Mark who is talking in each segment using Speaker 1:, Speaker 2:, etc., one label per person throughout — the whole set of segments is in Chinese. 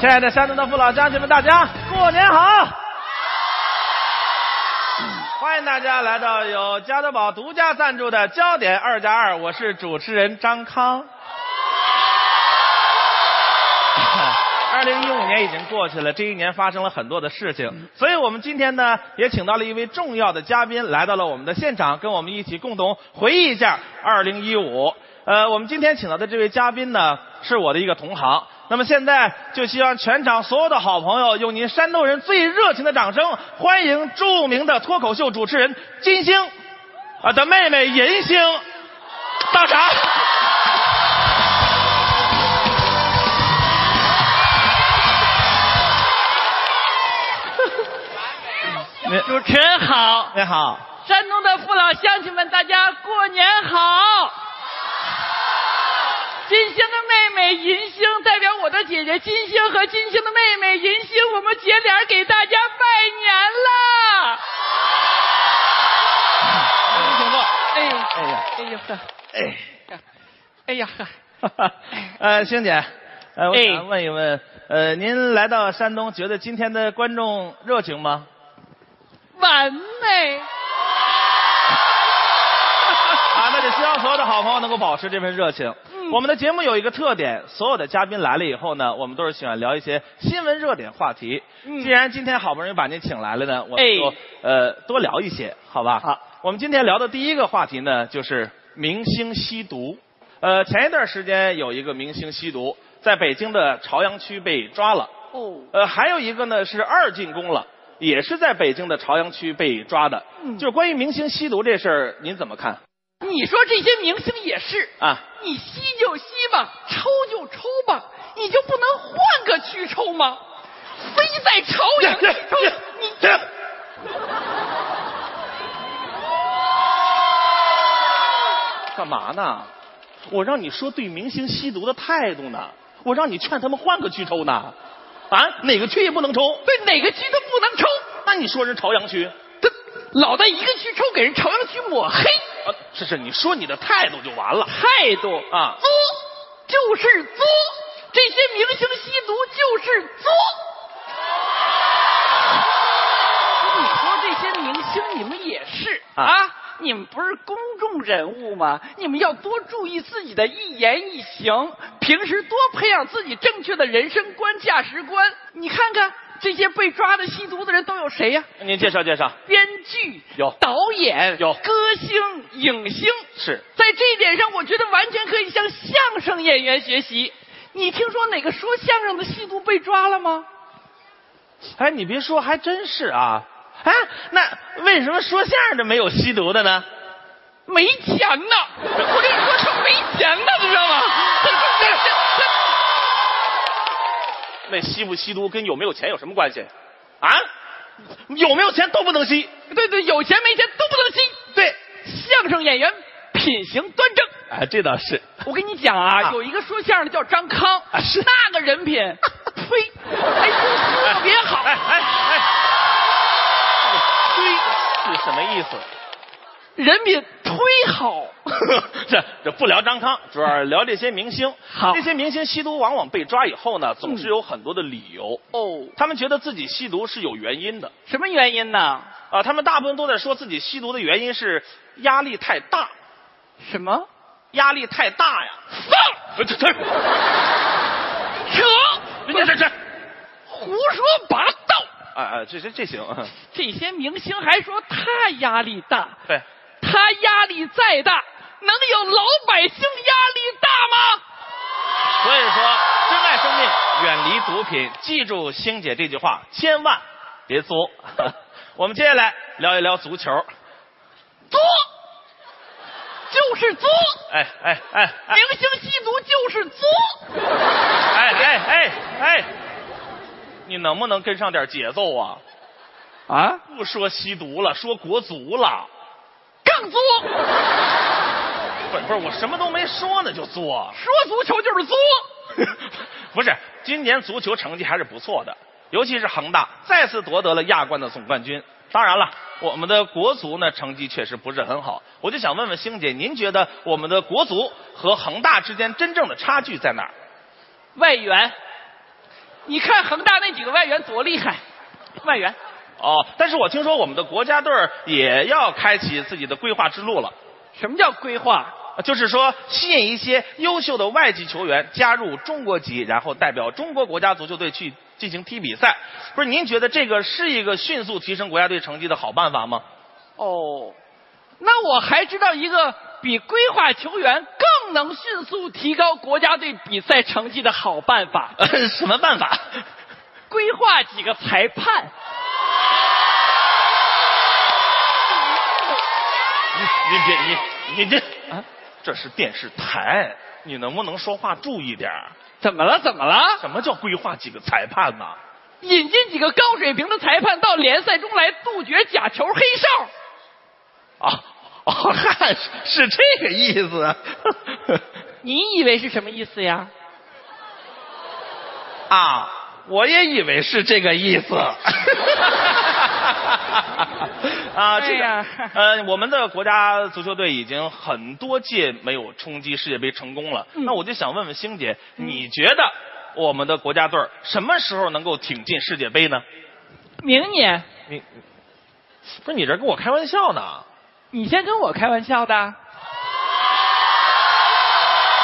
Speaker 1: 亲爱的山东的父老乡亲们，大家过年好！欢迎大家来到由加多宝独家赞助的《焦点二加二》，我是主持人张康。 二零一五年已经过去了，这一年发生了很多的事
Speaker 2: 嗯
Speaker 1: 情，所以我们今天呢也请到了一位重要的嘉宾来到了我们的现场，跟我们一起共同回忆一下二零一五。呃，我们今天请到的这位嘉宾呢是我的一个同行。那么现在就希望全场所有的好朋友用您山东人最热情的掌声欢迎著名的脱口秀主持人金星啊的妹妹银星到场。您
Speaker 2: 主持人好，
Speaker 1: 您好，
Speaker 2: 山东的父老乡亲们，大家过年好！金星的妹妹银星代表我的姐姐金星和金星的妹妹银星，我们姐俩给大家拜年啦！
Speaker 1: 您请坐。
Speaker 2: 哎呀，
Speaker 1: 哎呀，
Speaker 2: 哎呀呵，
Speaker 1: 哎。
Speaker 2: 哎呀呵，
Speaker 1: 呃，星姐，呃，我
Speaker 2: 哎
Speaker 1: 想问一问，呃，您来到山东，觉得今天的观众热情吗？
Speaker 2: 完美！
Speaker 1: 啊，那就希望所有的好朋友能够保持这份热情。
Speaker 2: 嗯
Speaker 1: 我们的节目有一个特点，所有的嘉宾来了以后呢，我们都是喜欢聊一些新闻热点话题。
Speaker 2: 嗯
Speaker 1: 既然今天好不容易把您请来了呢，我们
Speaker 2: 哎
Speaker 1: 就、呃多聊一些，好吧？好，我们今天聊的第一个话题呢，就是明星吸毒。呃，前一段时间有一个明星吸毒，在北京的朝阳区被抓了。
Speaker 2: 哦，
Speaker 1: 呃，还有一个呢是二进宫了，也是在北京的朝阳区被抓的。
Speaker 2: 嗯
Speaker 1: 就是关于明星吸毒这事儿，您怎么看
Speaker 2: 你说这些明星也是，
Speaker 1: 啊？
Speaker 2: 你吸就吸吧，抽就抽吧，你就不能换个区抽吗？非在朝阳区抽，你
Speaker 1: 停！干嘛呢？我让你说对明星吸毒的态度呢，我让你劝他们换个区抽呢，啊，哪个区也不能抽。
Speaker 2: 对哪个区都不能抽，
Speaker 1: 那你说人朝阳区，
Speaker 2: 他老在一个区抽，给人朝阳区抹黑
Speaker 1: 啊，是是，你说你的态度就完了
Speaker 2: 态度
Speaker 1: 啊。
Speaker 2: 作就是作，这些明星吸毒就是作。你说这些明星，你们也是
Speaker 1: 啊
Speaker 2: 啊你们不是公众人物吗？你们要多注意自己的一言一行，平时多培养自己正确的人生观、价值观。你看看这些被抓的吸毒的人都有谁呀、
Speaker 1: 您介绍介绍，
Speaker 2: 编剧
Speaker 1: 有
Speaker 2: 导演
Speaker 1: 有
Speaker 2: 歌星、影星，
Speaker 1: 是
Speaker 2: 在这一点上，我觉得完全可以向相声演员学习。你听说哪个说相声的吸毒被抓了吗？
Speaker 1: 哎，你别说，还真是啊。哎，那为什么说相声的没有吸毒的呢？
Speaker 2: 没钱呐！我跟你说，他没钱呐，你知道吗？他他他他
Speaker 1: 那吸不吸毒跟有没有钱有什么关系？啊，有没有钱都不能吸。
Speaker 2: 对对，有钱没钱都不能吸。
Speaker 1: 对，
Speaker 2: 相声演员品行端正。
Speaker 1: 哎，这倒是。
Speaker 2: 我跟你讲啊，
Speaker 1: 啊
Speaker 2: 有一个说相声的叫张康，
Speaker 1: 啊是
Speaker 2: 那 个人品，呸，哎，特别好。
Speaker 1: 哎哎哎，推是什么意思？
Speaker 2: 人品忒好，
Speaker 1: 这这不聊张康，主要聊这些明 星。
Speaker 2: 好
Speaker 1: 这些明星吸毒往往被抓以后呢，总是有很多的理由。
Speaker 2: 哦，
Speaker 1: 他们觉得自己吸毒是有原因的
Speaker 2: 什么原因呢？
Speaker 1: 啊，他们大部分都在说自己吸毒的原因是压力太大，
Speaker 2: 什么？
Speaker 1: 压力太大呀。
Speaker 2: 放
Speaker 1: 哎这这
Speaker 2: 扯，
Speaker 1: 这这这，
Speaker 2: 胡说八道！
Speaker 1: 啊啊，这这这行，
Speaker 2: 这些明星还说他压力大，
Speaker 1: 对，
Speaker 2: 他压力再大，能有老百姓压力大吗？
Speaker 1: 所以说，珍爱生命，远离毒品，记住星姐这句话，千万别作。 我们接下来聊一聊足球。
Speaker 2: 作，就是作，
Speaker 1: 哎哎哎哎
Speaker 2: 明星吸毒就是作。
Speaker 1: 哎哎哎哎，你能不能跟上点节奏啊？
Speaker 2: 啊，
Speaker 1: 不说吸毒了，说国足了。
Speaker 2: 更作，
Speaker 1: 不是不是，我什么都没说呢就作。
Speaker 2: 说足球就是作。
Speaker 1: 不是，今年足球成绩还是不错的，尤其是恒大再次夺得了亚冠的总冠军。当然了，我们的国足呢成绩确实不是很好，我就想问问星姐，您觉得我们的国足和恒大之间真正的差距在哪儿？
Speaker 2: 外援，你看恒大那几个外援多厉害，外援。
Speaker 1: 哦，但是我听说我们的国家队儿也要开启自己的规划之路了，
Speaker 2: 什么叫规划？
Speaker 1: 就是说吸引一些优秀的外籍球员加入中国籍，然后代表中国国家足球队去进行踢比赛。不是您觉得这个是一个迅速提升国家队成绩的好办法吗？
Speaker 2: 哦，那我还知道一个比规划球员更能迅速提高国家队比赛成绩的好办法，
Speaker 1: 呃，什么办法？
Speaker 2: 规划几个裁判。
Speaker 1: 您别您您这
Speaker 2: 啊
Speaker 1: 啊，这是电视台，你能不能说话注意点儿？
Speaker 2: 怎么了？怎么了？
Speaker 1: 什么叫规划几个裁判呢？
Speaker 2: 引进几个高水平的裁判到联赛中来杜绝假球黑哨。
Speaker 1: 啊哦， 嗨，是是这个意思
Speaker 2: 你以为是什么意思呀？
Speaker 1: 啊！我也以为是这个意 思。啊，这
Speaker 2: 哎呀
Speaker 1: 个呃，我们的国家足球队已经很多届没有冲击世界杯成功了。
Speaker 2: 嗯
Speaker 1: 那我就想问问星姐，你觉得我们的国家队儿什么时候能够挺进世界杯呢？
Speaker 2: 明年
Speaker 1: 你不是你这跟我开玩笑呢？
Speaker 2: 你先跟我开玩笑的，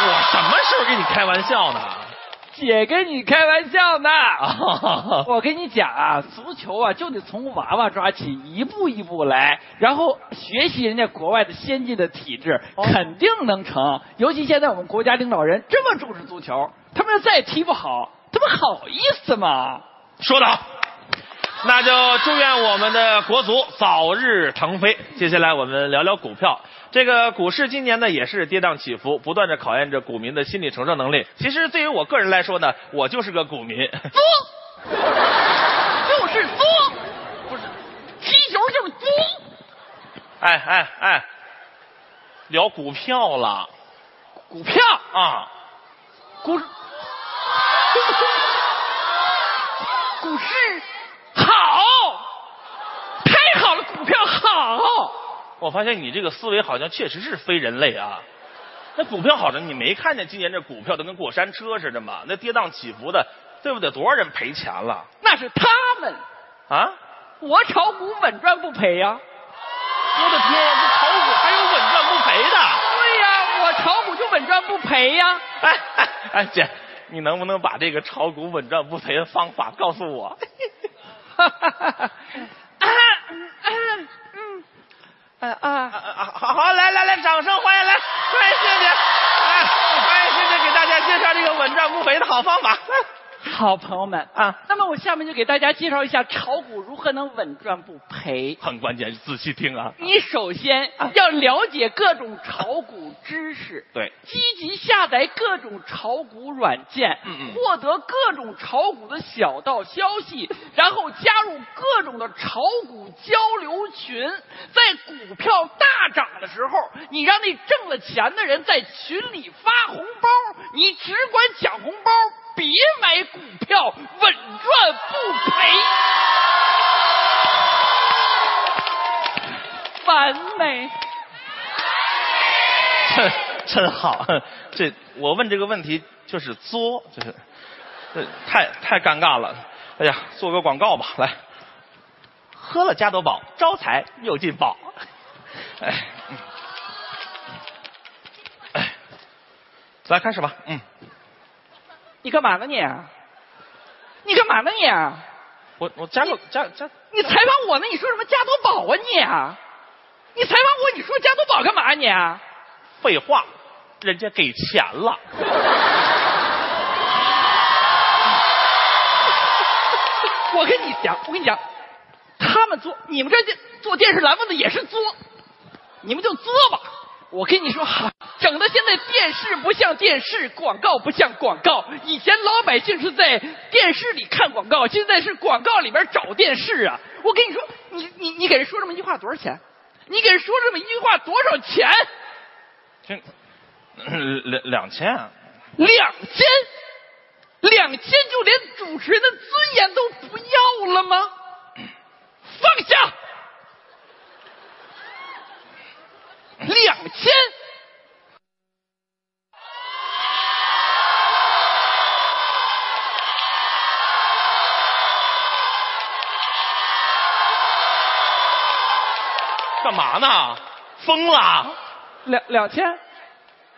Speaker 1: 我什么时候跟你开玩笑呢？
Speaker 2: 姐跟你开玩笑 呢。
Speaker 1: 啊，
Speaker 2: 我跟你讲啊，足球啊就得从娃娃抓起，一步一步来，然后学习人家国外的先进的体制，肯定能成。尤其现在我们国家领导人这么重视足球，他们要再踢不好，他们好意思吗？
Speaker 1: 说得好，那就祝愿我们的国足早日腾飞。接下来我们聊聊股票。这个股市今年呢也是跌宕起伏，不断的考验着股民的心理承受能力。其实对于我个人来说呢，我就是个股民。
Speaker 2: 作， 就是作，不是踢球就是作。
Speaker 1: 哎哎哎，聊股票了
Speaker 2: 股票，
Speaker 1: 啊！
Speaker 2: 股，股市好，太好了，股票好。
Speaker 1: 我发现你这个思维好像确实是非人类啊。那股票好着，你没看见今年这股票都跟过山车似的吗？那跌宕起伏的，对不对？多少人赔钱了
Speaker 2: 那是他们，
Speaker 1: 啊？
Speaker 2: 我炒股稳赚不赔呀、
Speaker 1: 我的天，这炒股还有稳赚不赔的？
Speaker 2: 对呀、我炒股就稳赚不赔呀、
Speaker 1: 哎哎哎，姐，你能不能把这个炒股稳赚不赔的方法告诉我？
Speaker 2: 哈哈哈哈啊嗯嗯嗯呃啊
Speaker 1: 啊啊好好，来来来，掌声欢迎来，欢迎谢谢，哎，欢迎谢谢给大家介绍这个稳赚不赔的好方法。
Speaker 2: 好朋友们
Speaker 1: 啊
Speaker 2: 那么我下面就给大家介绍一下炒股如何能稳赚不赔。
Speaker 1: 很关键，仔细听啊。
Speaker 2: 你首先要了解各种炒股知识，
Speaker 1: 对，
Speaker 2: 积极下载各种炒股软件，
Speaker 1: 嗯嗯
Speaker 2: 获得各种炒股的小道消 息，然后加入各种的炒股交流群，在股票大涨的时候，你让那挣了钱的人在群里发红包，你只管抢红包，别买股票，稳赚不 赔。完美。
Speaker 1: 真 真好，这我问这个问题就是作，就是，这太太尴尬了。哎呀，做个广告吧，来，喝了加多宝，招财又进宝。哎，嗯哎，来开始吧，嗯，
Speaker 2: 你干嘛呢你？你干嘛呢你？
Speaker 1: 我我加个加加，
Speaker 2: 你采访我呢？你说什么加多宝啊你你采访我，你说加多宝干嘛你？
Speaker 1: 废话，人家给钱了。
Speaker 2: 我跟你讲，我跟你讲，他们做你们这些做电视栏目的也是作，你们就作吧。我跟你说哈，整的现在电视不像电视，广告不像广告。以前老百姓是在电视里看广告，现在是广告里边找电视啊。我跟你说，你你你给人说这么一句话多少钱？你给人说这么一句话多少钱？
Speaker 1: 这呃两两千啊，
Speaker 2: 两千，两千就连主持人的尊严都不要了吗？放下！两千，
Speaker 1: 干嘛呢？疯了！
Speaker 2: 两两千，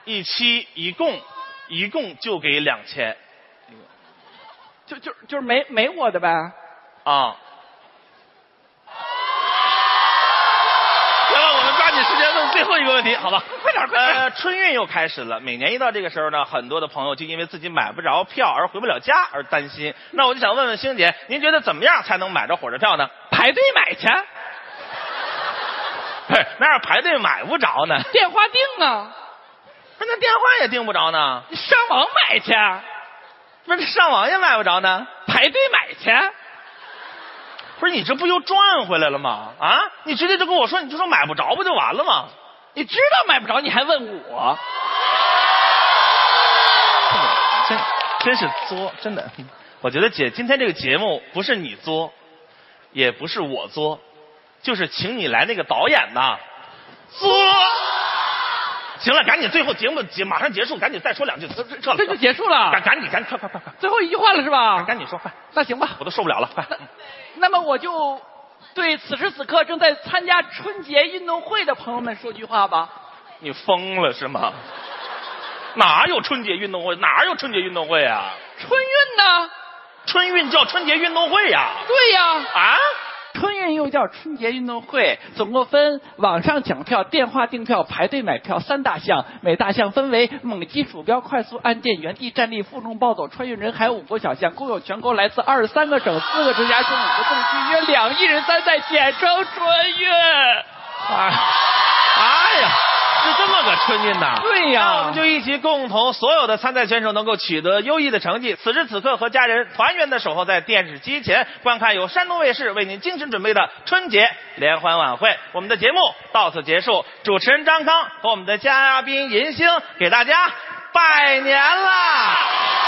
Speaker 1: 一期一共一共就给两千
Speaker 2: 就就就是没没我的呗。
Speaker 1: 啊。行了，我们抓紧时间问最后一个问题，好吧？
Speaker 2: 快点快点
Speaker 1: 呃，春运又开始了，每年一到这个时候呢，很多的朋友就因为自己买不着票而回不了家而担心。那我就想问问星姐，您觉得怎么样才能买着火车票呢？
Speaker 2: 排队买去，
Speaker 1: 嘿，那样排队买不着呢，
Speaker 2: 电话订啊，
Speaker 1: 那电话也订不着呢，
Speaker 2: 上网买去，
Speaker 1: 不是上网也买不着呢。
Speaker 2: 排队买去。
Speaker 1: 不是你这不又赚回来了吗？啊，你直接就跟我说，你就说买不着不就完了吗？
Speaker 2: 你知道买不着，你还问我？
Speaker 1: 真真是作，真的。我觉得姐今天这个节目不是你作，也不是我作，就是请你来那个导演呐，作。行了，赶紧最后节目结马上结束，赶紧再说两句，撤撤了，
Speaker 2: 这就结束了
Speaker 1: 赶赶紧赶紧快快快快，
Speaker 2: 最后一句话了是吧？
Speaker 1: 赶紧说快，
Speaker 2: 那行吧，
Speaker 1: 我都受不了了，快。
Speaker 2: 那么我就对此时此刻正在参加春节运动会的朋友们说句话吧。
Speaker 1: 你疯了是吗？ 哪有春节运动会？哪有春节运动会啊？
Speaker 2: 春运呢？
Speaker 1: 春运叫春节运动会呀、
Speaker 2: 对呀、
Speaker 1: 啊？
Speaker 2: 春运又叫春节运动会，总共分网上抢票、电话订票、排队买票三大项，每大项分为猛击鼠标、快速按键、原地站立、负重暴走、穿越人海五个小项，共有全国来自二十三个省、四个直辖市、五个政区约两亿人参赛，简称春运。
Speaker 1: 哎，哎呀，是这么个春运呐！
Speaker 2: 对呀
Speaker 1: 那我们就一起共同，所有的参赛选手能够取得优异的成绩。此时此刻，和家人团圆的守候在电视机前，观看由山东卫视为您精心准备的春节联欢晚会。我们的节目到此结束，主持人张康和我们的嘉宾银星给大家拜年啦！